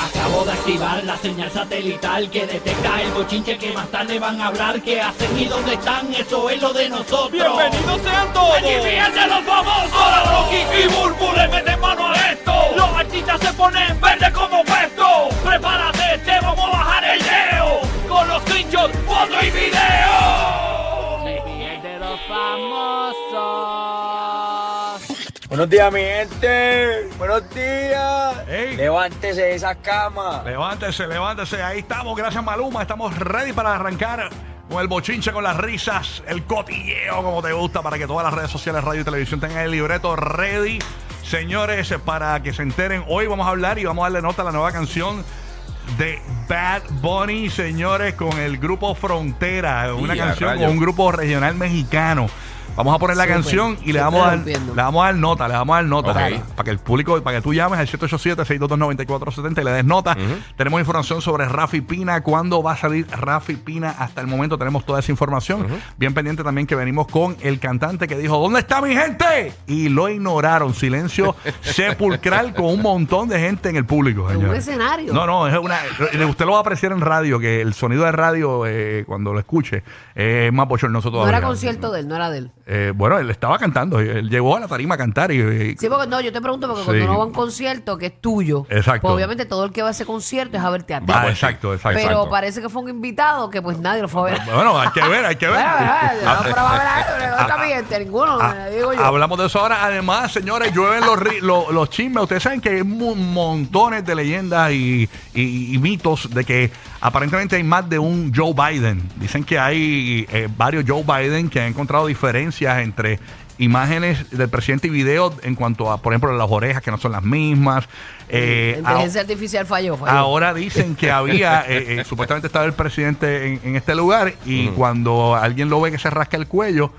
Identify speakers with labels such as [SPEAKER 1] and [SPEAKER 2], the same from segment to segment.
[SPEAKER 1] Acabo de activar la señal satelital que detecta el bochinche que más tarde van a hablar. ¿Qué hacen y dónde están? Eso es lo de nosotros.
[SPEAKER 2] ¡Bienvenidos sean todos!
[SPEAKER 1] ¡Aquí fíjense los famosos!
[SPEAKER 2] Ahora Rocky y Burbu le meten mano a esto.
[SPEAKER 1] Los artistas se ponen verde como puesto. Prepárate, te vamos a bajar el leo. Con los pinchos, foto y video. de los famosos.
[SPEAKER 3] Buenos días, mi gente. Buenos días.
[SPEAKER 2] Ey.
[SPEAKER 3] Levántese de esa cama.
[SPEAKER 2] Levántese, levántese. Ahí estamos. Gracias, Maluma. Estamos ready para arrancar con el bochinche, con las risas, el cotilleo, como te gusta, para que todas las redes sociales, radio y televisión tengan el libreto ready. Señores, para que se enteren, hoy vamos a hablar y vamos a darle nota a la nueva canción de Bad Bunny, señores, con el grupo Frontera, una
[SPEAKER 4] Y a
[SPEAKER 2] canción con
[SPEAKER 4] rayos.
[SPEAKER 2] un grupo regional mexicano. Vamos a poner la
[SPEAKER 5] Súper,
[SPEAKER 2] canción y le
[SPEAKER 5] súper
[SPEAKER 2] vamos, a dar,
[SPEAKER 5] rompiendo.
[SPEAKER 2] le vamos a dar nota, le vamos a dar nota.
[SPEAKER 4] Ok.
[SPEAKER 2] Para, para que el público, para que tú llames al 787-622-9470 y le des nota. Tenemos información sobre Rafi Pina, cuándo va a salir Rafi Pina. Hasta el momento tenemos toda esa información. Bien pendiente también que venimos con el cantante que dijo, ¿dónde está mi gente? Y lo ignoraron. Silencio sepulcral con un montón de gente en el público.
[SPEAKER 5] En un
[SPEAKER 2] señor.
[SPEAKER 5] escenario.
[SPEAKER 2] No, no, es una... eh, Usted lo va a apreciar en radio, que el sonido de radio, eh, cuando lo escuche, eh, es más bochornoso
[SPEAKER 5] No
[SPEAKER 2] todavía.
[SPEAKER 5] era concierto de él, no era de él.
[SPEAKER 2] Eh, bueno, él estaba cantando, él llegó a la tarima a cantar y, y-
[SPEAKER 5] Sí, porque no, yo te pregunto porque
[SPEAKER 2] Sí.
[SPEAKER 5] cuando uno va a un concierto que es tuyo,
[SPEAKER 2] Exacto.
[SPEAKER 5] pues obviamente todo el que va a ese concierto es a verte a ti.
[SPEAKER 2] Ah, exacto, exacto.
[SPEAKER 5] Pero parece que fue un invitado que pues nadie lo fue a ver.
[SPEAKER 2] Bueno, hay que ver, hay que ver.
[SPEAKER 5] Bueno, bueno,
[SPEAKER 2] Ah,
[SPEAKER 5] no, pero va a ver, no está vigente ninguno,
[SPEAKER 2] ah,
[SPEAKER 5] digo yo.
[SPEAKER 2] Hablamos de eso ahora. Además, señores, llueven los, ri- lo- los chismes. Ustedes saben que hay mu- montones de leyendas y, y- y mitos de que aparentemente hay más de un Joe Biden. Dicen que hay eh, varios Joe Biden que han encontrado diferencias entre imágenes del presidente y videos en cuanto a, por ejemplo, las orejas que no son las mismas.
[SPEAKER 5] La
[SPEAKER 2] Eh, a-
[SPEAKER 5] inteligencia artificial falló. falló.
[SPEAKER 2] Ahora dicen que había, eh, eh, supuestamente estaba el presidente en, en este lugar y cuando alguien lo ve que se rasca el cuello,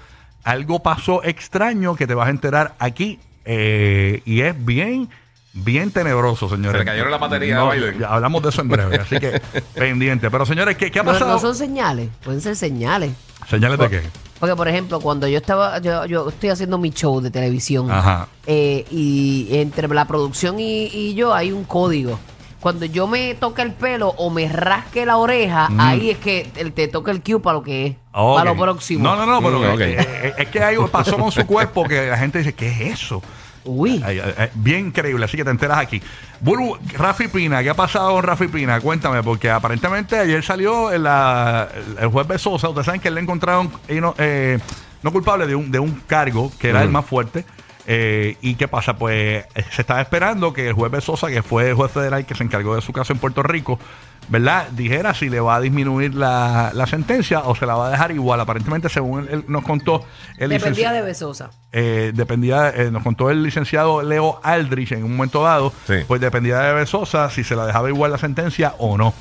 [SPEAKER 2] algo pasó extraño que te vas a enterar aquí eh, y es bien, bien tenebroso, señores.
[SPEAKER 4] Se le cayeron la batería a Biden.
[SPEAKER 2] ya Hablamos de eso en breve, así que pendiente. Pero señores, ¿qué, qué ha
[SPEAKER 5] No,
[SPEAKER 2] pasado?
[SPEAKER 5] no son señales, pueden ser señales.
[SPEAKER 2] Señales de qué.
[SPEAKER 5] Porque, por ejemplo, cuando yo estaba, yo, yo estoy haciendo mi show de televisión,
[SPEAKER 2] Ajá.
[SPEAKER 5] eh, y entre la producción y, y yo hay un código. Cuando yo me toque el pelo o me rasque la oreja, ahí es que el- te toca el cue para lo que es,
[SPEAKER 2] Mm. Ok.
[SPEAKER 5] para lo próximo.
[SPEAKER 2] No, no, no, pero
[SPEAKER 4] Mm, ok.
[SPEAKER 2] eh, eh, es que algo pasó con su cuerpo que la gente dice, ¿qué es eso?
[SPEAKER 5] Uy,
[SPEAKER 2] Ay, ay, ay, bien increíble, así que te enteras aquí. Buru, Rafi Pina, ¿qué ha pasado con Rafi Pina? Cuéntame, porque aparentemente ayer salió en la- el juez Besosa, ustedes saben que él le encontraron eh, no, eh, no culpable de un, de un cargo que era el más fuerte. eh, ¿Y qué pasa? Pues eh, se estaba esperando que el juez Besosa, que fue el juez federal que se encargó de su caso en Puerto Rico, ¿verdad? Dijera si le va a disminuir la, la sentencia o se la va a dejar igual. Aparentemente, según él, él nos contó, el licenci-
[SPEAKER 5] dependía de Besosa.
[SPEAKER 2] eh, dependía, eh, nos contó el licenciado Leo Aldrich en un momento dado,
[SPEAKER 4] Sí.
[SPEAKER 2] pues dependía de Besosa si se la dejaba igual la sentencia o no.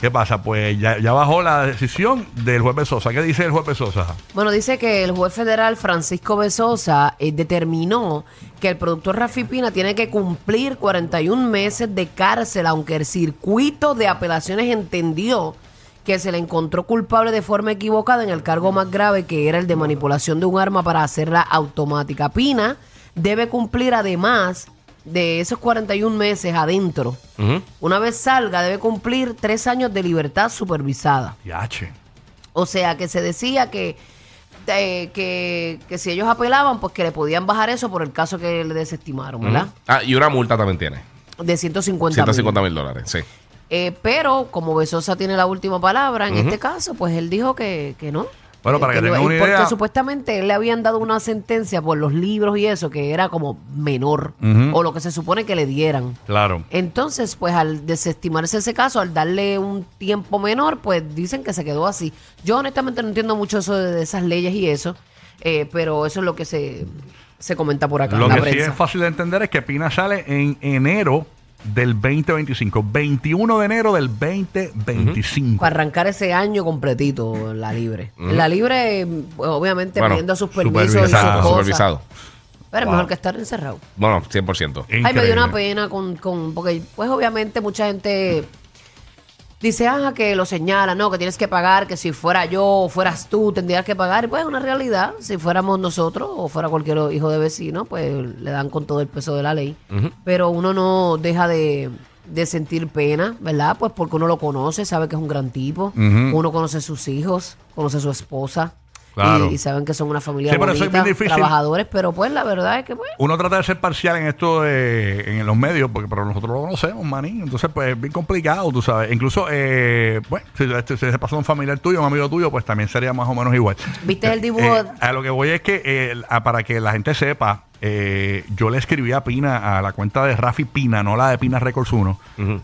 [SPEAKER 2] ¿Qué pasa? Pues ya, ya bajó la decisión del juez Besosa. ¿Qué dice el juez Besosa?
[SPEAKER 5] Bueno, dice que el juez federal Francisco Besosa eh, determinó que el productor Rafi Pina tiene que cumplir 41 meses de cárcel, aunque el circuito de apelaciones entendió que se le encontró culpable de forma equivocada en el cargo más grave que era el de manipulación de un arma para hacerla automática. Pina debe cumplir además de esos 41 meses adentro. Una vez salga, debe cumplir tres años de libertad supervisada.
[SPEAKER 2] Yache.
[SPEAKER 5] O sea, que se decía que, eh, que, que si ellos apelaban, pues que le podían bajar eso por el caso que le desestimaron, ¿verdad?
[SPEAKER 4] Ah, y una multa también tiene.
[SPEAKER 5] De 150
[SPEAKER 4] 150 mil dólares, sí.
[SPEAKER 5] Eh, pero como Besosa tiene la última palabra en este caso, pues él dijo que, que no.
[SPEAKER 2] Bueno, para que
[SPEAKER 5] lo-
[SPEAKER 2] tengan una
[SPEAKER 5] y porque
[SPEAKER 2] idea.
[SPEAKER 5] supuestamente él le habían dado una sentencia por los libros y eso, que era como menor, o lo que se supone que le dieran.
[SPEAKER 2] Claro.
[SPEAKER 5] Entonces, pues al desestimarse ese caso, al darle un tiempo menor, pues dicen que se quedó así. Yo honestamente no entiendo mucho eso de, de esas leyes y eso, eh, pero eso es lo que se, se comenta por acá
[SPEAKER 2] Lo
[SPEAKER 5] en la
[SPEAKER 2] que sí
[SPEAKER 5] prensa.
[SPEAKER 2] es fácil de entender es que Pina sale en enero del 2025. 21 de enero del 2025.
[SPEAKER 5] Para arrancar ese año completito en la libre. En La libre, eh, obviamente,
[SPEAKER 4] Bueno,
[SPEAKER 5] pidiendo sus permisos y sus
[SPEAKER 2] supervisado,
[SPEAKER 5] cosas.
[SPEAKER 4] Exacto, supervisado.
[SPEAKER 5] Pero es
[SPEAKER 2] Wow.
[SPEAKER 5] mejor que estar encerrado.
[SPEAKER 4] Bueno, 100%.
[SPEAKER 2] Eh,
[SPEAKER 5] Ay, me dio
[SPEAKER 2] Increíble.
[SPEAKER 5] una pena con, con- porque pues obviamente mucha gente dice, ah, que lo señala, no, que tienes que pagar, que si fuera yo o fueras tú tendrías que pagar. Y pues es una realidad, si fuéramos nosotros o fuera cualquier hijo de vecino, pues le dan con todo el peso de la ley. Pero uno no deja de, de sentir pena, ¿verdad? Pues porque uno lo conoce, sabe que es un gran tipo, uno conoce sus hijos, conoce su esposa.
[SPEAKER 2] Claro.
[SPEAKER 5] Y, y saben que son una familia
[SPEAKER 2] Sí, pero eso es
[SPEAKER 5] bonita,
[SPEAKER 2] bien difícil.
[SPEAKER 5] trabajadores, pero pues la verdad es que pues,
[SPEAKER 2] Uno trata de ser parcial en esto de, en los medios, porque pero nosotros lo conocemos, manín. Entonces, pues es bien complicado, tú sabes. Incluso, eh, bueno, si, este- si se pasó a un familiar tuyo, un amigo tuyo, pues también sería más o menos igual.
[SPEAKER 5] ¿Viste el
[SPEAKER 2] Eh,
[SPEAKER 5] dibujo?
[SPEAKER 2] eh, a lo que voy es que, eh, a- para que la gente sepa, eh, yo le escribí a Pina, a la cuenta de Rafi Pina, no la de Pina Records 1.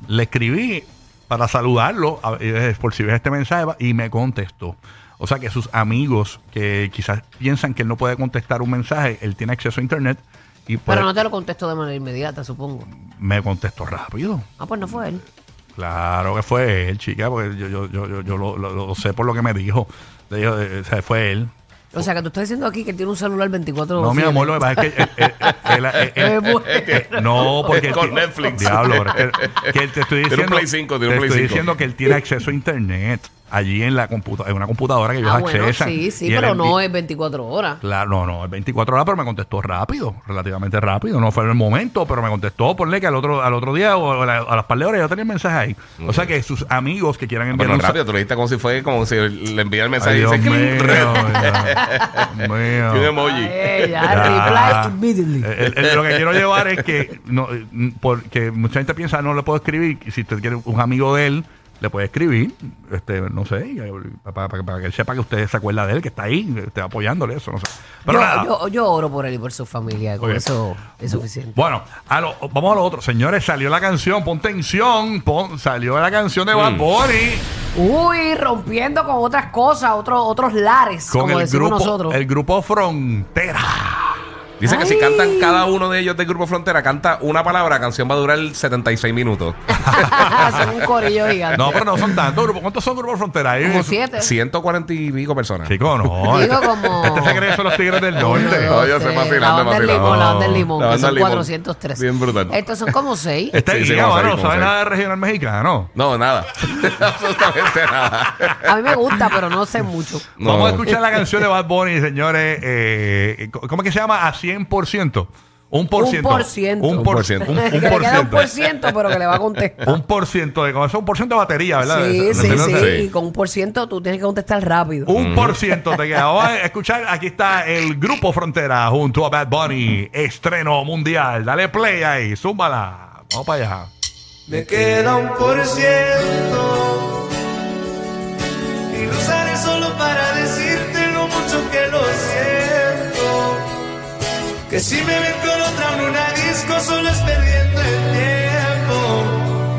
[SPEAKER 2] Le escribí para saludarlo, a- eh, por si ves este mensaje, va- y me contestó. O sea que sus amigos que quizás piensan que él no puede contestar un mensaje, él tiene acceso a internet y pues,
[SPEAKER 5] pero no te lo contesto de manera inmediata, supongo.
[SPEAKER 2] me contestó rápido.
[SPEAKER 5] Ah, pues no fue él.
[SPEAKER 2] Claro que fue él, chica, porque yo, yo, yo, yo, yo lo, lo- lo sé por lo que me dijo. Le dijo, eh, o sea, fue él.
[SPEAKER 5] O sea, que tú estás diciendo aquí que él tiene un celular 24
[SPEAKER 2] No, mi
[SPEAKER 5] siete. Ah,
[SPEAKER 2] amor, lo que pasa es que. eh, eh, eh, él- eh, eh,
[SPEAKER 5] Me muero.
[SPEAKER 2] eh, no, porque.
[SPEAKER 4] Con
[SPEAKER 2] ti-
[SPEAKER 4] Netflix.
[SPEAKER 2] Diablo, pero es que, que te estoy
[SPEAKER 4] Tiene un
[SPEAKER 2] diciendo.
[SPEAKER 4] Play cinco, tiene un
[SPEAKER 2] te
[SPEAKER 4] Play
[SPEAKER 2] estoy
[SPEAKER 4] cinco.
[SPEAKER 2] diciendo que él tiene acceso a Internet allí en la computadora, en una computadora que ellos
[SPEAKER 5] Ah, bueno,
[SPEAKER 2] accesan.
[SPEAKER 5] sí, sí,
[SPEAKER 2] y él
[SPEAKER 5] pero
[SPEAKER 2] envi-
[SPEAKER 5] no es 24 horas.
[SPEAKER 2] Claro, no, no, es 24 horas, pero me contestó rápido, relativamente rápido. No fue en el momento, pero me contestó. Ponle que al otro, al otro día o a, la- a las par de horas yo tenía el mensaje ahí. O sea que sus amigos que quieran enviar
[SPEAKER 4] Pero
[SPEAKER 2] un sa-
[SPEAKER 4] Ah, pues rápido, tú lo dijiste como si fue como si le enviara el
[SPEAKER 2] Ay,
[SPEAKER 4] mensaje y
[SPEAKER 2] Dios
[SPEAKER 4] dice
[SPEAKER 2] mío,
[SPEAKER 4] "Cling",
[SPEAKER 2] Dios mío.
[SPEAKER 4] y un emoji.
[SPEAKER 5] Ay,
[SPEAKER 2] Ya.
[SPEAKER 5] Ah, eh, ya, reply immediately.
[SPEAKER 2] Eh, eh, lo que quiero llevar es que no, eh, mm, porque mucha gente piensa no le puedo escribir y si usted quiere un amigo de él le puede escribir este no sé y, eh, pa- pa- pa- para, que él sepa que usted se acuerda de él que está ahí que está apoyándole eso no sé pero
[SPEAKER 5] yo,
[SPEAKER 2] nada.
[SPEAKER 5] yo- yo oro por él y por su familia, con
[SPEAKER 2] Ok.
[SPEAKER 5] eso es suficiente.
[SPEAKER 2] bueno a lo- vamos a lo otro señores salió la canción pon tensión pon- salió la canción de Bad Bunny
[SPEAKER 5] Uy, rompiendo con otras cosas, otros otros lares,
[SPEAKER 2] con
[SPEAKER 5] como
[SPEAKER 2] el
[SPEAKER 5] decimos
[SPEAKER 2] grupo
[SPEAKER 5] nosotros.
[SPEAKER 2] el grupo Frontera
[SPEAKER 4] Dice que si
[SPEAKER 5] Ay.
[SPEAKER 4] cantan cada uno de ellos del Grupo Frontera, canta una palabra, la canción va a durar 76 minutos.
[SPEAKER 5] son un corillo gigante.
[SPEAKER 2] no pero no son tantos grupos ¿cuántos son grupos Frontera? Ahí
[SPEAKER 5] como
[SPEAKER 2] es-
[SPEAKER 5] siete.
[SPEAKER 4] 140 y pico personas.
[SPEAKER 2] Chico, no.
[SPEAKER 5] Digo
[SPEAKER 2] este,
[SPEAKER 5] como-
[SPEAKER 2] este se cree son los tigres del norte.
[SPEAKER 4] No, yo sé,
[SPEAKER 5] tres.
[SPEAKER 4] vacilando,
[SPEAKER 5] este, La onda del
[SPEAKER 4] vacilando.
[SPEAKER 5] limón, la onda del limón,
[SPEAKER 4] La
[SPEAKER 5] que
[SPEAKER 4] onda
[SPEAKER 5] son
[SPEAKER 4] del limón.
[SPEAKER 5] 403.
[SPEAKER 4] Bien brutal.
[SPEAKER 5] Estos son como seis.
[SPEAKER 2] Este
[SPEAKER 4] Sí, sí,
[SPEAKER 2] guía,
[SPEAKER 4] vamos a
[SPEAKER 2] mano,
[SPEAKER 4] ir,
[SPEAKER 2] no
[SPEAKER 4] vamos
[SPEAKER 2] sabe
[SPEAKER 4] a ir.
[SPEAKER 2] nada de regional mexicano.
[SPEAKER 4] No, nada. Absolutamente nada.
[SPEAKER 5] A mí me gusta, pero no sé mucho.
[SPEAKER 4] No.
[SPEAKER 2] Vamos a escuchar la canción de Bad Bunny, señores. eh, ¿Cómo es que se llama? A 100%. Un por
[SPEAKER 5] Un
[SPEAKER 2] ciento.
[SPEAKER 5] por ciento.
[SPEAKER 2] Un por ciento. Un, un
[SPEAKER 5] que le
[SPEAKER 2] por
[SPEAKER 5] queda un
[SPEAKER 2] ciento.
[SPEAKER 5] por ciento, pero que le va a contestar.
[SPEAKER 2] Un por ciento de, como eso, un por ciento de batería, ¿verdad?
[SPEAKER 5] Sí,
[SPEAKER 2] De-
[SPEAKER 5] sí,
[SPEAKER 2] de-
[SPEAKER 5] sí,
[SPEAKER 4] Sí.
[SPEAKER 5] Y con un por ciento tú tienes que contestar rápido.
[SPEAKER 2] Un por ciento te queda. Vamos a escuchar. Aquí está el Grupo Frontera junto a Bad Bunny. Estreno mundial. Dale play ahí. Zúmbala. Vamos para allá.
[SPEAKER 6] Me queda un por ciento y lo usaré solo para decirte lo mucho que lo siento. Que si me ven con otra en una disco solo es perdiendo el tiempo.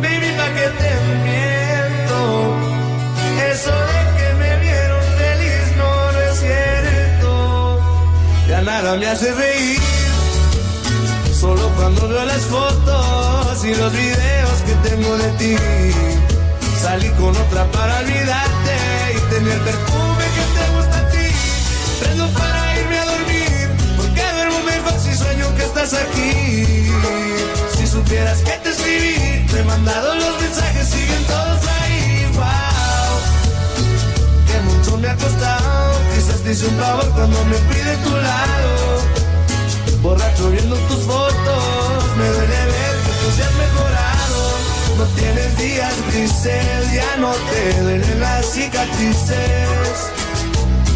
[SPEAKER 6] Baby, pa' que te miento. Eso de que me vieron feliz no, no es cierto. Ya nada me hace reír. Solo cuando veo las fotos y los videos que tengo de ti. Salí con otra para olvidarte y tener perfume que te gusta a ti. Prendo para irme a dormir, porque duermo mejor si sueño que estás aquí. Si supieras que te escribí, te he mandado los mensajes, siguen todos ahí. Wow, que mucho me ha costado. Quizás te hice un favor cuando me fui de tu lado. Borracho viendo tus fotos, me duele ver que tú ya has mejorado. No tienes días grises, ya no te duelen las cicatrices.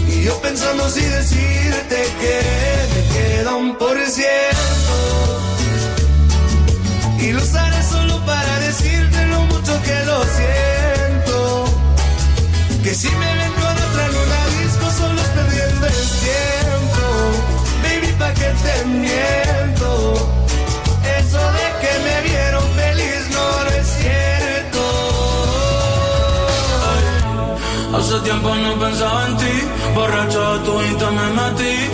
[SPEAKER 6] Y yo pensando si decirte que me queda un por ciento. Y lo usaré solo para decirte lo mucho que lo siento. Que si me ven con otra en una disco solo es perdiendo el tiempo Baby, pa' que te miento Eso de que me vieron feliz no, no es cierto
[SPEAKER 7] Hace tiempo no pensaba en ti, borracho a tu Insta me metí.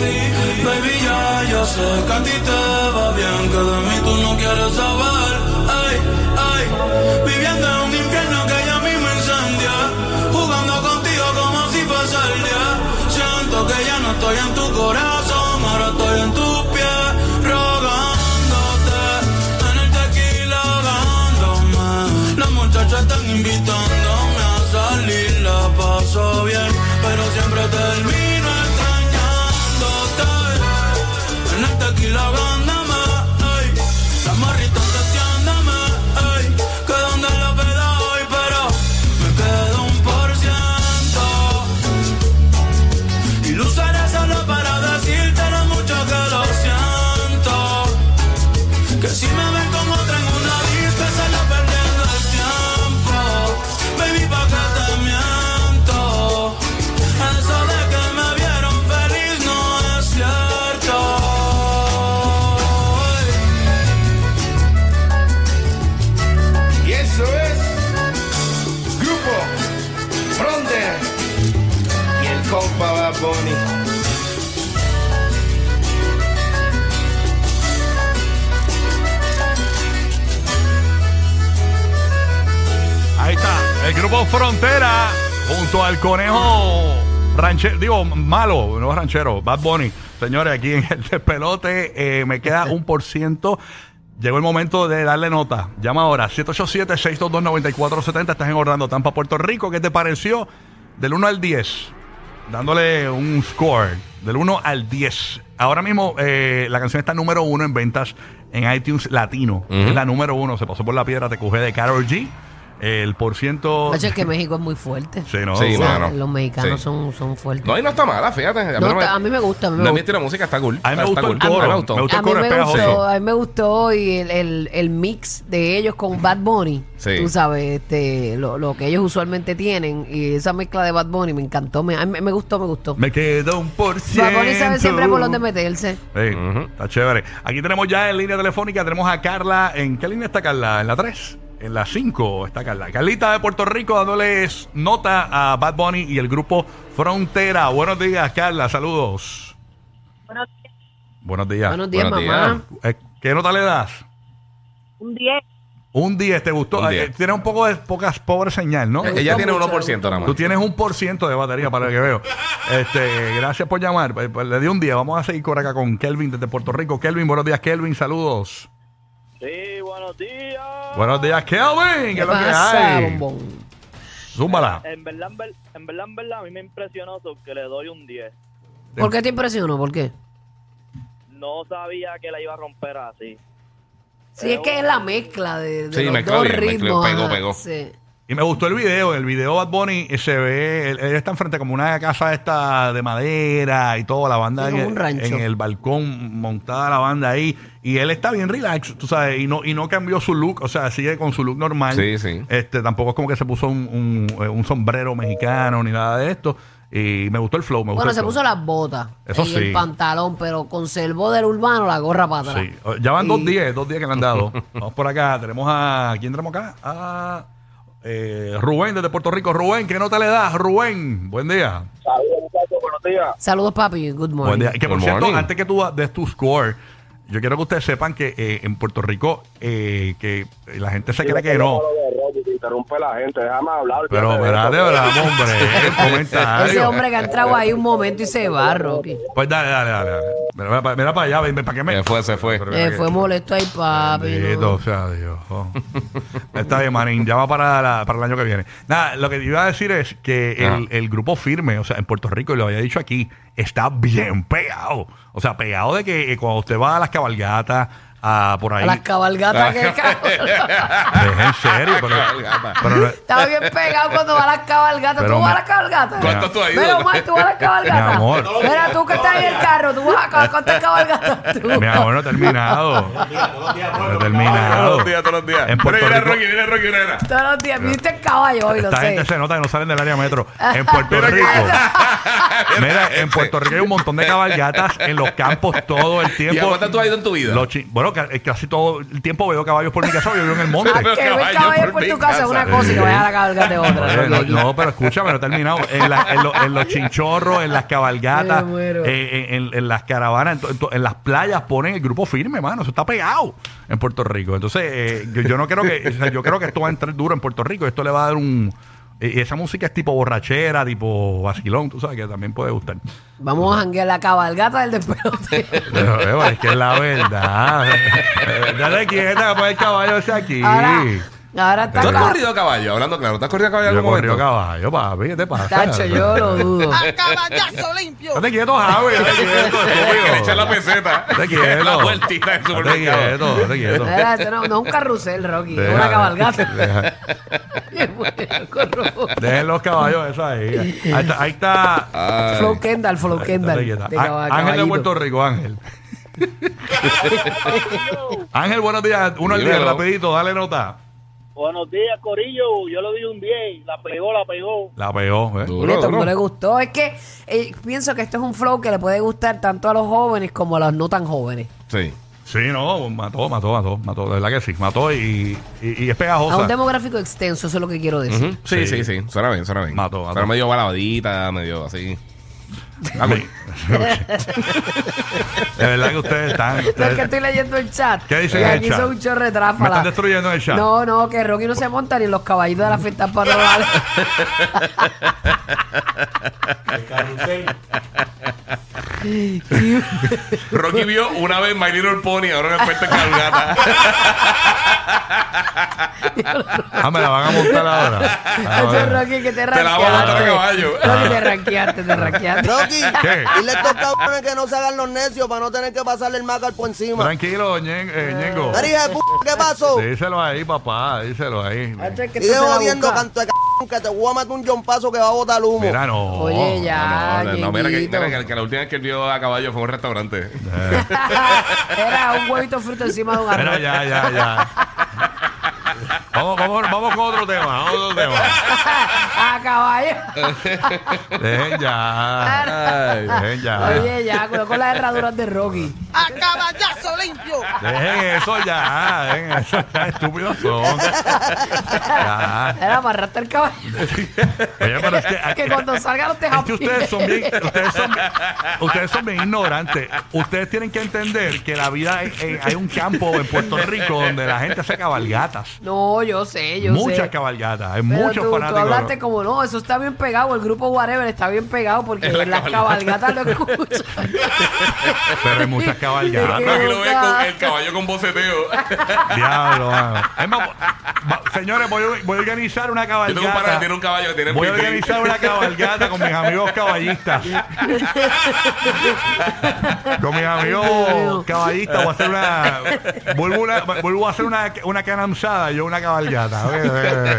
[SPEAKER 7] Baby, ya, ya sé que a ti te va bien, que de mí tú no quieres saber. Ay, ay, viviendo en un infierno que ya a mí me incendia. Jugando contigo como si fuese el día. Siento que ya no estoy en tu corazón, ahora estoy en tu piel, rogándote. En el tequila ahogándome. Las muchachas están invitándome a salir, la paso bien, pero siempre termino extrañándote. En el tequila ahogándome, ey. las morritas testeándome, ey. que
[SPEAKER 2] El grupo Frontera junto al conejo ranchero, digo, malo, no ranchero, Bad Bunny. Señores, aquí en el despelote eh, me queda un por ciento. Llegó el momento de darle nota. Llama ahora, 787-622-9470. Estás en Orlando, Tampa, Puerto Rico. ¿Qué te pareció? Del 1 al 10. Dándole un score. Del 1 al 10. Ahora mismo eh, la canción está número 1 en ventas en iTunes Latino. Es la número 1. Se pasó por la piedra, te coge de Carol G. El por ciento...
[SPEAKER 5] Oye, es que México es muy fuerte.
[SPEAKER 2] Sí, no.
[SPEAKER 4] Sí,
[SPEAKER 5] O sea,
[SPEAKER 4] no, no.
[SPEAKER 5] Los mexicanos
[SPEAKER 4] Sí.
[SPEAKER 5] son, son fuertes.
[SPEAKER 4] No, y no está mala, fíjate. A mí,
[SPEAKER 5] No,
[SPEAKER 4] me-
[SPEAKER 5] está- a mí me gusta, a mí me
[SPEAKER 4] No,
[SPEAKER 5] gusta.
[SPEAKER 4] estilo de música está cool.
[SPEAKER 2] A mí me
[SPEAKER 4] Está
[SPEAKER 2] gustó
[SPEAKER 4] cool.
[SPEAKER 2] el coro.
[SPEAKER 4] A mí me
[SPEAKER 2] Me gustó el coro, es
[SPEAKER 5] a mí
[SPEAKER 4] gustó.
[SPEAKER 5] me
[SPEAKER 2] pegajoso.
[SPEAKER 5] gustó, a mí me gustó y el, el- el mix de ellos con Bad Bunny.
[SPEAKER 4] Sí.
[SPEAKER 5] Tú sabes, este, lo, lo que ellos usualmente tienen y esa mezcla de Bad Bunny me encantó, me, a mí me gustó, me gustó.
[SPEAKER 2] Me queda un por
[SPEAKER 5] Bad Bunny sabe
[SPEAKER 2] ciento.
[SPEAKER 5] siempre por dónde meterse.
[SPEAKER 2] Sí, Está chévere. Aquí tenemos ya en línea telefónica, tenemos a Carla. ¿En qué línea está Carla? ¿En la 3? En la 5 está Carla. Carlita de Puerto Rico dándoles nota a Bad Bunny y el grupo Frontera. Buenos días, Carla. Saludos. Buenos días.
[SPEAKER 5] Buenos días,
[SPEAKER 4] buenos
[SPEAKER 5] mamá.
[SPEAKER 2] Eh, ¿Qué nota le das?
[SPEAKER 8] Un 10.
[SPEAKER 2] Un 10, ¿te gustó?
[SPEAKER 4] Un
[SPEAKER 2] Ah,
[SPEAKER 4] 10.
[SPEAKER 2] eh, Tiene un poco de pocas, pobre señal, ¿no?
[SPEAKER 4] Eh, Ella tiene
[SPEAKER 5] mucho,
[SPEAKER 4] 1% nada más.
[SPEAKER 2] Tú tienes un por ciento de batería para lo que veo. Este, gracias por llamar. Eh, pues, Le di un día. Vamos a seguir por acá con Kelvin desde Puerto Rico. Kelvin, buenos días, Kelvin. Saludos.
[SPEAKER 3] Sí, buenos días.
[SPEAKER 2] Buenos días, Kelvin. ¿Qué es lo que
[SPEAKER 5] pasa,
[SPEAKER 2] hay?
[SPEAKER 5] bombón?
[SPEAKER 2] Zúmbala.
[SPEAKER 3] En verdad, en, ver- en verdad, en verdad, a mí me impresionó que le doy un 10.
[SPEAKER 5] ¿Por qué te impresionó? ¿Por qué?
[SPEAKER 3] No sabía que la iba a romper así.
[SPEAKER 5] Sí,
[SPEAKER 2] Eh,
[SPEAKER 5] es que es la mezcla de, de
[SPEAKER 4] Sí,
[SPEAKER 5] los
[SPEAKER 4] mezcla
[SPEAKER 5] dos
[SPEAKER 4] bien, mezcla,
[SPEAKER 5] ritmos.
[SPEAKER 4] pegó,
[SPEAKER 5] ajá,
[SPEAKER 4] pegó.
[SPEAKER 5] sí.
[SPEAKER 2] Y me gustó el video. El video Bad Bunny eh, se ve. Él, él está enfrente como una casa esta de madera y todo. La banda
[SPEAKER 5] Sí,
[SPEAKER 2] en,
[SPEAKER 5] como un
[SPEAKER 2] el,
[SPEAKER 5] rancho.
[SPEAKER 2] en el balcón montada la banda ahí. Y él está bien relax, tú sabes. Y no, y no cambió su look. O sea, sigue con su look normal.
[SPEAKER 4] Sí, sí.
[SPEAKER 2] Este, tampoco es como que se puso un, un- eh, un sombrero mexicano ni nada de esto. Y me gustó el flow. Me gustó
[SPEAKER 5] Bueno,
[SPEAKER 2] el
[SPEAKER 5] se
[SPEAKER 2] flow.
[SPEAKER 5] puso las botas
[SPEAKER 2] Eso
[SPEAKER 5] y el
[SPEAKER 2] sí.
[SPEAKER 5] pantalón, pero conservó del urbano la gorra para atrás.
[SPEAKER 2] Sí. Eh, Ya van
[SPEAKER 5] Y-
[SPEAKER 2] dos días, dos días que le han dado. Vamos por acá. Tenemos a. ¿Quién tenemos acá? A eh, Rubén desde Puerto Rico. Rubén, ¿qué nota le das? Rubén, buen día.
[SPEAKER 3] Saludos, muchachos, buenos días.
[SPEAKER 5] Saludos, papi. Good morning.
[SPEAKER 2] Buen día. Y Que por
[SPEAKER 4] Good
[SPEAKER 2] cierto,
[SPEAKER 4] morning.
[SPEAKER 2] antes que tú des tu score, yo quiero que ustedes sepan que eh, en Puerto Rico, eh, que la gente se cree que no.
[SPEAKER 3] Interrumpe la gente, déjame hablar.
[SPEAKER 2] Pero, ¿verdad? De verdad, hombre. eh, comentario.
[SPEAKER 5] Ese hombre que ha entrado ahí un momento y se va, Rocky.
[SPEAKER 2] Pues dale, dale, dale. dale. Mira, mira para- mira para allá, ven, ven, para que me.
[SPEAKER 4] Se fue, se fue.
[SPEAKER 2] Pero mira
[SPEAKER 5] Eh,
[SPEAKER 2] que-
[SPEAKER 5] fue molesto ahí, papi. ¿no?
[SPEAKER 2] Bendito sea Dios. Oh. Está bien, Marín. Ya va para, la- para el año que viene. Nada, lo que iba a decir es que
[SPEAKER 4] Ajá.
[SPEAKER 2] el, el grupo firme, o sea, en Puerto Rico, y lo había dicho aquí, está bien pegado. O sea, pegado de que eh, cuando usted va a las cabalgatas, a por ahí.
[SPEAKER 5] A las cabalgatas que
[SPEAKER 2] Es en serio, pero.
[SPEAKER 4] Cabalgata.
[SPEAKER 2] pero-
[SPEAKER 5] Estaba bien pegado cuando va a las cabalgatas.
[SPEAKER 2] Pero
[SPEAKER 5] ¿Tú vas
[SPEAKER 2] me-
[SPEAKER 5] a las cabalgatas?
[SPEAKER 4] ¿Cuánto tú has ido?
[SPEAKER 5] Pero, Omar, tú vas a las cabalgatas.
[SPEAKER 2] Mi amor.
[SPEAKER 5] Mira, tú que estás en el carro, tú vas a acabar con estas cabalgatas. tú?
[SPEAKER 2] mi amor, no he terminado. No he terminado.
[SPEAKER 4] Todos los días, todos los días.
[SPEAKER 2] En Puerto
[SPEAKER 4] mira, mira,
[SPEAKER 2] Rico-
[SPEAKER 4] Rocky, mira, Rocky, mira, mira.
[SPEAKER 5] Todos los días. Viste el caballo hoy, lo
[SPEAKER 2] Esta
[SPEAKER 5] sé.
[SPEAKER 2] gente se nota que no salen del área metro. En Puerto
[SPEAKER 4] Mira que-
[SPEAKER 2] Rico. Mira, en Puerto Rico hay un montón de cabalgatas en los campos todo el tiempo.
[SPEAKER 4] ¿Y a cuántas tú has ido en tu vida?
[SPEAKER 2] Los chi- bueno, ca- eh, casi todo el tiempo veo caballos por mi casa, yo vivo en el monte.
[SPEAKER 5] Ah, que ve el caballo por tu casa es una cosa y que vayas a la cabalgata es otra.
[SPEAKER 2] Oye, no,
[SPEAKER 5] Rocky.
[SPEAKER 2] no, pero escúchame, no he terminado. En, la- en lo- en los chinchorros, en las cabalgatas,
[SPEAKER 5] Me muero.
[SPEAKER 2] eh, en, en- en las caravanas, en, to- en to- en las playas ponen el grupo firme, mano. Eso está pegado en Puerto Rico. Entonces, eh, yo, yo no creo que, o sea, yo creo que esto va a entrar duro en Puerto Rico. Esto le va a dar un. eh, esa música es tipo borrachera, tipo vacilón, tú sabes que también puede gustar.
[SPEAKER 5] Vamos a janguear la cabalgata del despelote.
[SPEAKER 2] Pero, eh, bueno, es que es la verdad. Dale quieta, pues el caballo ese aquí.
[SPEAKER 5] Ahora, ahora está
[SPEAKER 4] ¿Tú has
[SPEAKER 5] acá.
[SPEAKER 4] corrido a caballo? Hablando claro, ¿tú has corrido a caballo en
[SPEAKER 2] Yo
[SPEAKER 4] algún
[SPEAKER 2] corrió
[SPEAKER 4] momento?
[SPEAKER 2] caballo, papi, ¿qué te pasa?
[SPEAKER 5] Tacho, yo lo dudo.
[SPEAKER 2] Date quieto, Javi. Date quieto,
[SPEAKER 4] Le echar la
[SPEAKER 2] estúpido.
[SPEAKER 4] peseta.
[SPEAKER 2] Date quieto.
[SPEAKER 4] La vueltita del
[SPEAKER 2] Date
[SPEAKER 4] supermercado.
[SPEAKER 2] quieto, date quieto.
[SPEAKER 5] Mira, esto no, no es un carrusel, Rocky, es
[SPEAKER 2] Deja-
[SPEAKER 5] una cabalgata.
[SPEAKER 2] deja- Dejen los caballos esos ahí. Ahí está. Ahí está.
[SPEAKER 5] Flow Kendall, Flow
[SPEAKER 2] Date
[SPEAKER 5] Ah. Kendall.
[SPEAKER 2] quieta.
[SPEAKER 5] de
[SPEAKER 2] Á- Ah,
[SPEAKER 5] caba-
[SPEAKER 2] Ángel de
[SPEAKER 5] caballito.
[SPEAKER 2] Puerto Rico, Ángel. Ángel, buenos días. Uno al día,
[SPEAKER 4] Dímelo.
[SPEAKER 2] rapidito, dale nota.
[SPEAKER 3] Buenos días, Corillo. Yo le doy un 10. La pegó, la pegó.
[SPEAKER 2] La pegó, ¿eh?
[SPEAKER 5] Mira, todo el mundo le gustó. Es que eh, pienso que esto es un flow que le puede gustar tanto a los jóvenes como a los no tan jóvenes.
[SPEAKER 4] Sí.
[SPEAKER 2] Sí, no, mató, mató, mató, mató. De verdad que sí, mató y, y, y es
[SPEAKER 5] A un
[SPEAKER 2] pegajosa.
[SPEAKER 5] demográfico extenso, eso es lo que quiero decir.
[SPEAKER 4] Ujú. Sí, sí, sí. Suena bien, suena bien.
[SPEAKER 2] Mató, mató.
[SPEAKER 4] Suena medio baladita, medio así. Ah, cool.
[SPEAKER 2] De verdad que ustedes están.
[SPEAKER 5] No, es que
[SPEAKER 2] ustedes-
[SPEAKER 5] estoy leyendo el chat.
[SPEAKER 2] Eh, ¿Qué dicen
[SPEAKER 5] y
[SPEAKER 2] en el
[SPEAKER 5] aquí
[SPEAKER 2] chat?
[SPEAKER 5] son un chorro de
[SPEAKER 2] Me
[SPEAKER 5] tráfala.
[SPEAKER 2] están destruyendo el chat.
[SPEAKER 5] No, no, que Rocky no se monta ni los caballitos de la fiesta patronal.
[SPEAKER 2] Ah,
[SPEAKER 4] Rocky vio una vez My Little Pony, ahora un experto en cabalgata.
[SPEAKER 2] Ah, me la van a montar ahora. Ah,
[SPEAKER 5] Eso Este es
[SPEAKER 2] bueno.
[SPEAKER 5] Rocky que te
[SPEAKER 4] Te la voy a montar a caballo.
[SPEAKER 5] ranqueaste. Rocky te ranqueaste, te ranqueaste.
[SPEAKER 8] Rocky,
[SPEAKER 2] ¿Qué?
[SPEAKER 8] dile a estos cabrones que no se hagan los necios para no tener que pasarle el macal por encima.
[SPEAKER 2] Tranquilo, Ñen- eh, Ñengo.
[SPEAKER 8] Nariz de p***, ¿qué pasó?
[SPEAKER 2] Díselo ahí, papá. Díselo ahí.
[SPEAKER 5] Hacho, es que
[SPEAKER 8] Sigue
[SPEAKER 5] esto se la
[SPEAKER 8] jodiendo,
[SPEAKER 5] busca.
[SPEAKER 8] canto de c***, que te voy a matar un jompazo que va a botar humo.
[SPEAKER 2] Mira, no.
[SPEAKER 5] Oye, ya,
[SPEAKER 4] No, no, mira, que,
[SPEAKER 5] Ñenguito.
[SPEAKER 4] mira que- que la última vez que él vio a caballo fue en un restaurante.
[SPEAKER 2] Eh.
[SPEAKER 5] Era un huevito frito encima de un
[SPEAKER 2] Mira,
[SPEAKER 5] arroz.
[SPEAKER 2] ya, ya, ya. Vamos, vamos, vamos con otro tema, vamos con otro tema.
[SPEAKER 5] a caballo.
[SPEAKER 2] Dejen ya.
[SPEAKER 4] Ay.
[SPEAKER 2] Dejen ya.
[SPEAKER 5] Oye, ya, cuidado con las herraduras de Rocky.
[SPEAKER 8] ¡A caballazo limpio!
[SPEAKER 2] Dejen eso ya. Dejen eso ya. Estúpidos son. Ya.
[SPEAKER 5] Era para arrastrar el caballo.
[SPEAKER 2] Oye, pero es que, eh,
[SPEAKER 5] Que cuando salgan los tejados.
[SPEAKER 2] es que ustedes son bien, ustedes son, ustedes son bien ignorantes. Ustedes tienen que entender que la vida hay, hay- hay un campo en Puerto Rico donde la gente hace cabalgatas.
[SPEAKER 5] No, yo sé, yo sé.
[SPEAKER 2] Muchas cabalgatas, hay
[SPEAKER 5] Pero
[SPEAKER 2] muchos
[SPEAKER 5] tú,
[SPEAKER 2] fanáticos.
[SPEAKER 5] Tú hablaste como, no, eso está bien pegado, el grupo Whatever está bien pegado porque
[SPEAKER 4] Es la
[SPEAKER 5] las
[SPEAKER 4] cabalgata.
[SPEAKER 5] cabalgatas lo escuchan.
[SPEAKER 2] Pero hay muchas cabalgatas.
[SPEAKER 5] Qué
[SPEAKER 4] No, aquí lo ves con
[SPEAKER 5] brutal.
[SPEAKER 4] el caballo con boceteo.
[SPEAKER 2] Diablo, mano. Es más, va- señores, voy, a- voy a organizar una
[SPEAKER 4] Yo tengo un pana que
[SPEAKER 2] cabalgata.
[SPEAKER 4] tiene un caballo que tiene
[SPEAKER 2] Voy a
[SPEAKER 4] pipí.
[SPEAKER 2] organizar una cabalgata con mis amigos caballistas. Con mis amigos caballistas voy a hacer una. Vuelvo, una- vuelvo a hacer una, una canamzada y yo una cabalgata. Oye, oye, oye.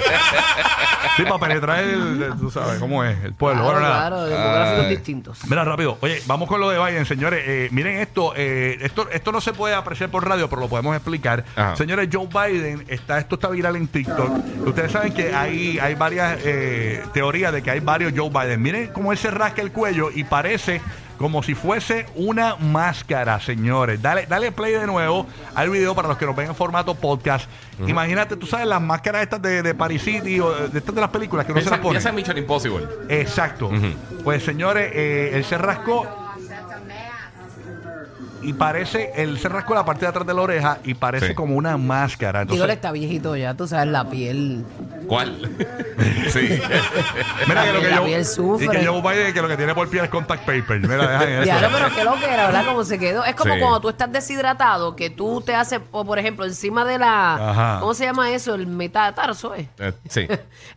[SPEAKER 2] Sí, para penetrar el. Tú sabes cómo es, el pueblo.
[SPEAKER 5] claro,
[SPEAKER 2] Bueno, nada.
[SPEAKER 5] claro,
[SPEAKER 4] Ah.
[SPEAKER 5] demográficos distintos.
[SPEAKER 2] Mira, rápido. Oye, vamos con lo de Biden, señores. Eh, miren esto, eh, esto. Esto no se puede apreciar por radio, pero lo podemos explicar.
[SPEAKER 4] Ajá.
[SPEAKER 2] Señores, Joe Biden, está, esto está viral en TikTok. Ustedes saben que hay, hay varias eh, teorías de que hay varios Joe Biden. Miren cómo él se rasca el cuello y parece como si fuese una máscara, señores. Dale, dale play de nuevo al video para los que nos ven en formato podcast. Imagínate, tú sabes, las máscaras estas de, de Paris City o de estas de las películas que no se
[SPEAKER 4] Piensa
[SPEAKER 2] las ponen.
[SPEAKER 4] piensa en Mission Impossible.
[SPEAKER 2] Exacto. Pues señores, eh, él se rascó y parece, él se rascó la parte de atrás de la oreja y parece
[SPEAKER 4] Sí.
[SPEAKER 2] como una máscara.
[SPEAKER 5] Digo, él
[SPEAKER 2] Entonces,
[SPEAKER 5] está viejito ya, tú sabes, la piel.
[SPEAKER 4] ¿Cuál? sí.
[SPEAKER 2] mira que lo
[SPEAKER 5] la
[SPEAKER 2] que
[SPEAKER 5] piel
[SPEAKER 2] yo,
[SPEAKER 5] sufre.
[SPEAKER 2] y que yo Biden que lo que tiene por pie es contact paper. Mira, dejan eso.
[SPEAKER 5] Ya, no, pero qué lo que era, ¿verdad? Como se quedó. Es como
[SPEAKER 4] Sí.
[SPEAKER 5] cuando tú estás deshidratado, que tú te haces, o, por ejemplo, encima de la.
[SPEAKER 2] Ajá.
[SPEAKER 5] ¿Cómo se llama eso? El metatarso, ¿eh?
[SPEAKER 4] Eh, sí.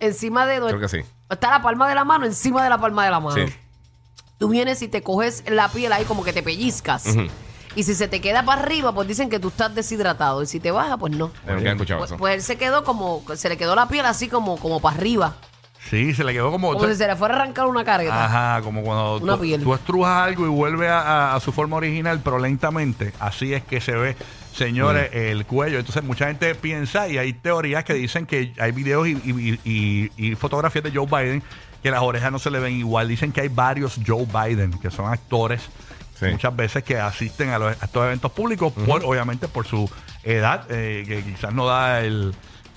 [SPEAKER 5] encima de.
[SPEAKER 4] Creo que sí.
[SPEAKER 5] Está la palma de la mano, encima de la palma de la mano.
[SPEAKER 4] Sí.
[SPEAKER 5] Tú vienes y te coges la piel ahí como que te pellizcas. Y si se te queda para arriba, pues dicen que tú estás deshidratado. Y si te baja, pues no.
[SPEAKER 4] Nunca he escuchado
[SPEAKER 5] Pues,
[SPEAKER 4] eso.
[SPEAKER 5] pues él se quedó como, se le quedó la piel así como, como para arriba.
[SPEAKER 4] Oh,
[SPEAKER 2] Sí, se le quedó como...
[SPEAKER 5] Como si se le fuera a arrancar una carga.
[SPEAKER 2] Ajá, como cuando
[SPEAKER 5] Una
[SPEAKER 2] tú,
[SPEAKER 5] piel.
[SPEAKER 2] tú estrujas algo y vuelve a, a- a su forma original, pero lentamente. Así es que se ve, señores, el cuello. Entonces, mucha gente piensa y hay teorías que dicen que hay videos y, y- y- y- y fotografías de Joe Biden que las orejas no se le ven igual. Dicen que hay varios Joe Biden que son actores.
[SPEAKER 4] Sí.
[SPEAKER 2] Muchas veces que asisten a, los- a estos eventos públicos, por, obviamente por su edad, eh, que quizás no da el,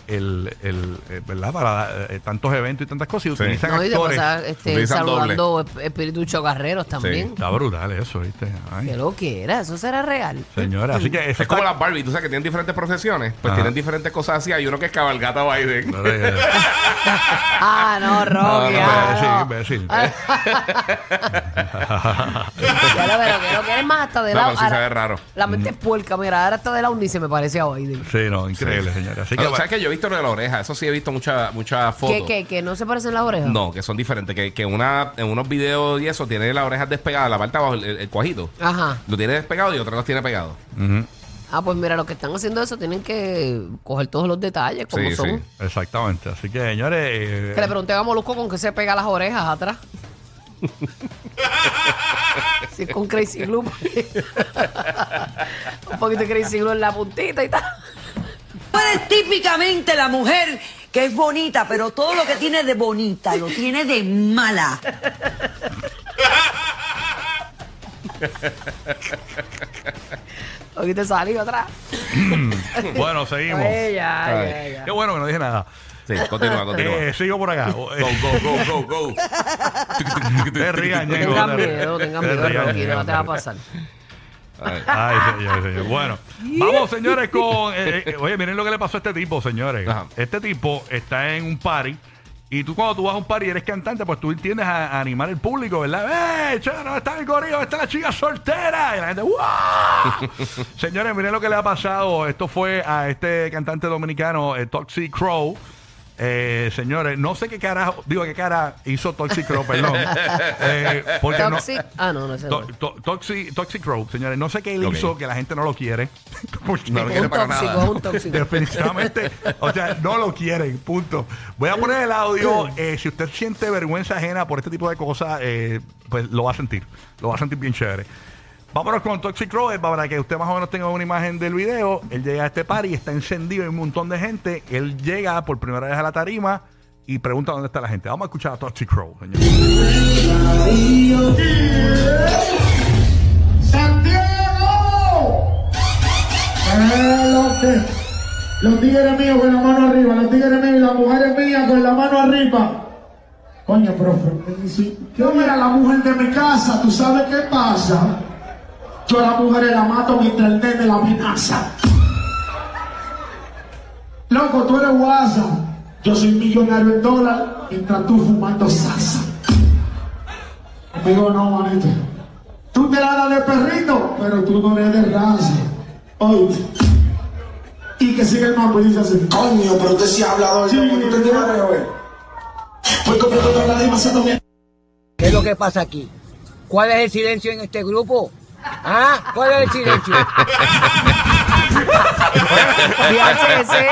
[SPEAKER 2] el- el, eh, ¿verdad? Para eh, tantos eventos y tantas cosas, y utilizan
[SPEAKER 5] No, y de
[SPEAKER 2] actores.
[SPEAKER 5] pasar este,
[SPEAKER 4] Utilizan
[SPEAKER 5] saludando esp- espíritus chocarreros también.
[SPEAKER 2] Está brutal eso, ¿viste? Ay,
[SPEAKER 5] Que lo que era, eso será real.
[SPEAKER 2] señora, así que eso
[SPEAKER 4] Es como
[SPEAKER 2] está-
[SPEAKER 4] las Barbie, tú sabes que tienen diferentes profesiones, pues
[SPEAKER 2] Ajá.
[SPEAKER 4] tienen diferentes cosas así. Hay uno que es cabalgata Biden.
[SPEAKER 5] Ah, no, Rocky. ah, no.
[SPEAKER 2] imbécil, ¿eh? imbécil.
[SPEAKER 5] Ya lo veo, que lo que eres más hasta de
[SPEAKER 4] No,
[SPEAKER 5] lado.
[SPEAKER 4] pero sí se
[SPEAKER 5] ahora-
[SPEAKER 4] ve raro. Mm.
[SPEAKER 5] La mente es puerca, mira, ahora hasta de lado ni se me parece a Biden.
[SPEAKER 2] Sí, no, increíble, señora. Así que,
[SPEAKER 4] Ah, ¿Sabes que yo he visto lo de la oreja? Eso sí he visto muchas muchas fotos.
[SPEAKER 5] ¿Qué, qué, que no se parecen las orejas?
[SPEAKER 4] No, que son diferentes. Que, que una, en unos videos y eso tiene las orejas despegadas, la parte de abajo, el, el cuajito.
[SPEAKER 5] Ajá.
[SPEAKER 4] Lo tiene despegado y otra los tiene pegado.
[SPEAKER 2] Ujú,
[SPEAKER 5] Ah, pues mira, los que están haciendo eso tienen que coger todos los detalles, como
[SPEAKER 4] Sí,
[SPEAKER 5] son.
[SPEAKER 4] sí.
[SPEAKER 2] Exactamente. Así que, señores... eh,
[SPEAKER 5] Que le pregunté a Molusco con qué se pega las orejas atrás. si es con Crazy Glue. Un poquito de Crazy Glue en la puntita y tal.
[SPEAKER 9] Tú eres típicamente la mujer que es bonita, pero todo lo que tiene de bonita lo tiene de mala.
[SPEAKER 5] Un poquito de saliva atrás.
[SPEAKER 2] bueno, seguimos.
[SPEAKER 5] Oye, ya, ya, ya.
[SPEAKER 2] Qué bueno que no dije nada.
[SPEAKER 4] Sí, continúa, continúa.
[SPEAKER 2] Eh, sigo por acá.
[SPEAKER 4] Go, go, go, go, go.
[SPEAKER 2] Te rían,
[SPEAKER 5] No
[SPEAKER 2] Ñengo,
[SPEAKER 5] tengan
[SPEAKER 2] te rían.
[SPEAKER 5] miedo, tengan
[SPEAKER 2] Te
[SPEAKER 5] miedo,
[SPEAKER 2] rían,
[SPEAKER 5] tranquilo,
[SPEAKER 2] Ñengo,
[SPEAKER 5] no te
[SPEAKER 2] te
[SPEAKER 5] va a
[SPEAKER 2] rían.
[SPEAKER 5] pasar.
[SPEAKER 2] Ay, señor, señor. Bueno, vamos, señores, con. eh, eh, oye, miren lo que le pasó a este tipo, señores.
[SPEAKER 4] Ajá.
[SPEAKER 2] Este tipo está en un party. Y tú, cuando tú vas a un party y eres cantante, pues tú tiendes a, a animar el público, ¿verdad? ¡Eh, chano! Está el gorillo, está la chica soltera. Y la gente, ¡wow! Señores, miren lo que le ha pasado. Esto fue a este cantante dominicano, eh, Toxic Crow. Eh, señores, no sé qué cara, digo, qué cara hizo Toxic Crow, perdón. Eh, porque no-
[SPEAKER 5] Toxic. Ah, no, no sé.
[SPEAKER 2] To- to- Toxic, Toxic Road, señores. No sé qué él
[SPEAKER 4] Ok.
[SPEAKER 2] hizo que la gente no lo quiere. Porque
[SPEAKER 4] No lo quiere
[SPEAKER 5] Un
[SPEAKER 4] para
[SPEAKER 5] tóxico,
[SPEAKER 4] nada.
[SPEAKER 5] un tóxico.
[SPEAKER 2] Definitivamente, o sea, no lo quieren, punto. Voy a poner el audio. eh, si usted siente vergüenza ajena por este tipo de cosas, eh, pues lo va a sentir. Lo va a sentir bien chévere. Vámonos con Toxic Road para que usted más o menos tenga una imagen del video. Él llega a este par y está encendido, hay un montón de gente. Él llega por primera vez a la tarima y pregunta dónde está la gente. Vamos a escuchar a Toxic Road, señores.
[SPEAKER 3] ¡Santiago! los, ti- los tigres míos con la mano arriba, los tigres míos y las mujeres mías con la mano arriba. Coño, profe, si yo era la mujer de mi casa, ¿tú sabes qué pasa? Yo a la mujer la mato mientras el nene la amenaza. Loco, tú eres guasa. Yo soy millonario en dólar mientras tú fumando salsa. Amigo, no, manito. Tú te la das de perrito, pero tú no eres de raza. Oíste. Y que siga el mambo y dice así.
[SPEAKER 10] Coño, pero usted sí ha hablado
[SPEAKER 3] Sí, ¿por qué usted tiene arreo,
[SPEAKER 10] Voy comprando toda la demasiado bien.
[SPEAKER 11] ¿Qué es lo que pasa aquí? ¿Cuál es el silencio en este grupo? ¿Ah? ¿Cuál es el silencio?
[SPEAKER 5] Diache, ese,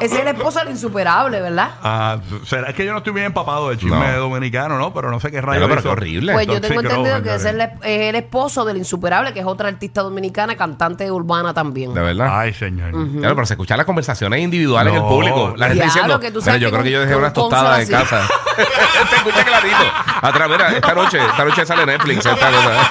[SPEAKER 5] ese es el esposo del insuperable, ¿verdad?
[SPEAKER 2] Ah, ¿Será que yo no estoy bien empapado del chisme
[SPEAKER 4] No.
[SPEAKER 2] dominicano, no? Pero no sé qué rayo
[SPEAKER 4] Pero, pero
[SPEAKER 2] hizo.
[SPEAKER 4] qué horrible.
[SPEAKER 5] Pues yo
[SPEAKER 2] Toxic
[SPEAKER 5] tengo entendido
[SPEAKER 2] Rover,
[SPEAKER 5] que ese es el,
[SPEAKER 2] dale.
[SPEAKER 5] es el esposo del insuperable, que es otra artista dominicana, cantante urbana también.
[SPEAKER 4] De verdad.
[SPEAKER 2] Ay, señor.
[SPEAKER 4] Claro, pero se escuchan las conversaciones individuales en
[SPEAKER 2] No.
[SPEAKER 4] el público. La gente
[SPEAKER 5] Diablo,
[SPEAKER 4] diciendo,
[SPEAKER 5] que tú
[SPEAKER 4] "Mira,
[SPEAKER 5] sabes
[SPEAKER 4] yo
[SPEAKER 5] que
[SPEAKER 4] creo que yo
[SPEAKER 5] con-
[SPEAKER 4] dejé
[SPEAKER 5] con
[SPEAKER 4] unas
[SPEAKER 5] consola
[SPEAKER 4] tostadas en
[SPEAKER 5] así".
[SPEAKER 4] casa. se escucha clarito. Atrás, mira, esta noche, esta noche sale Netflix, esta cosa.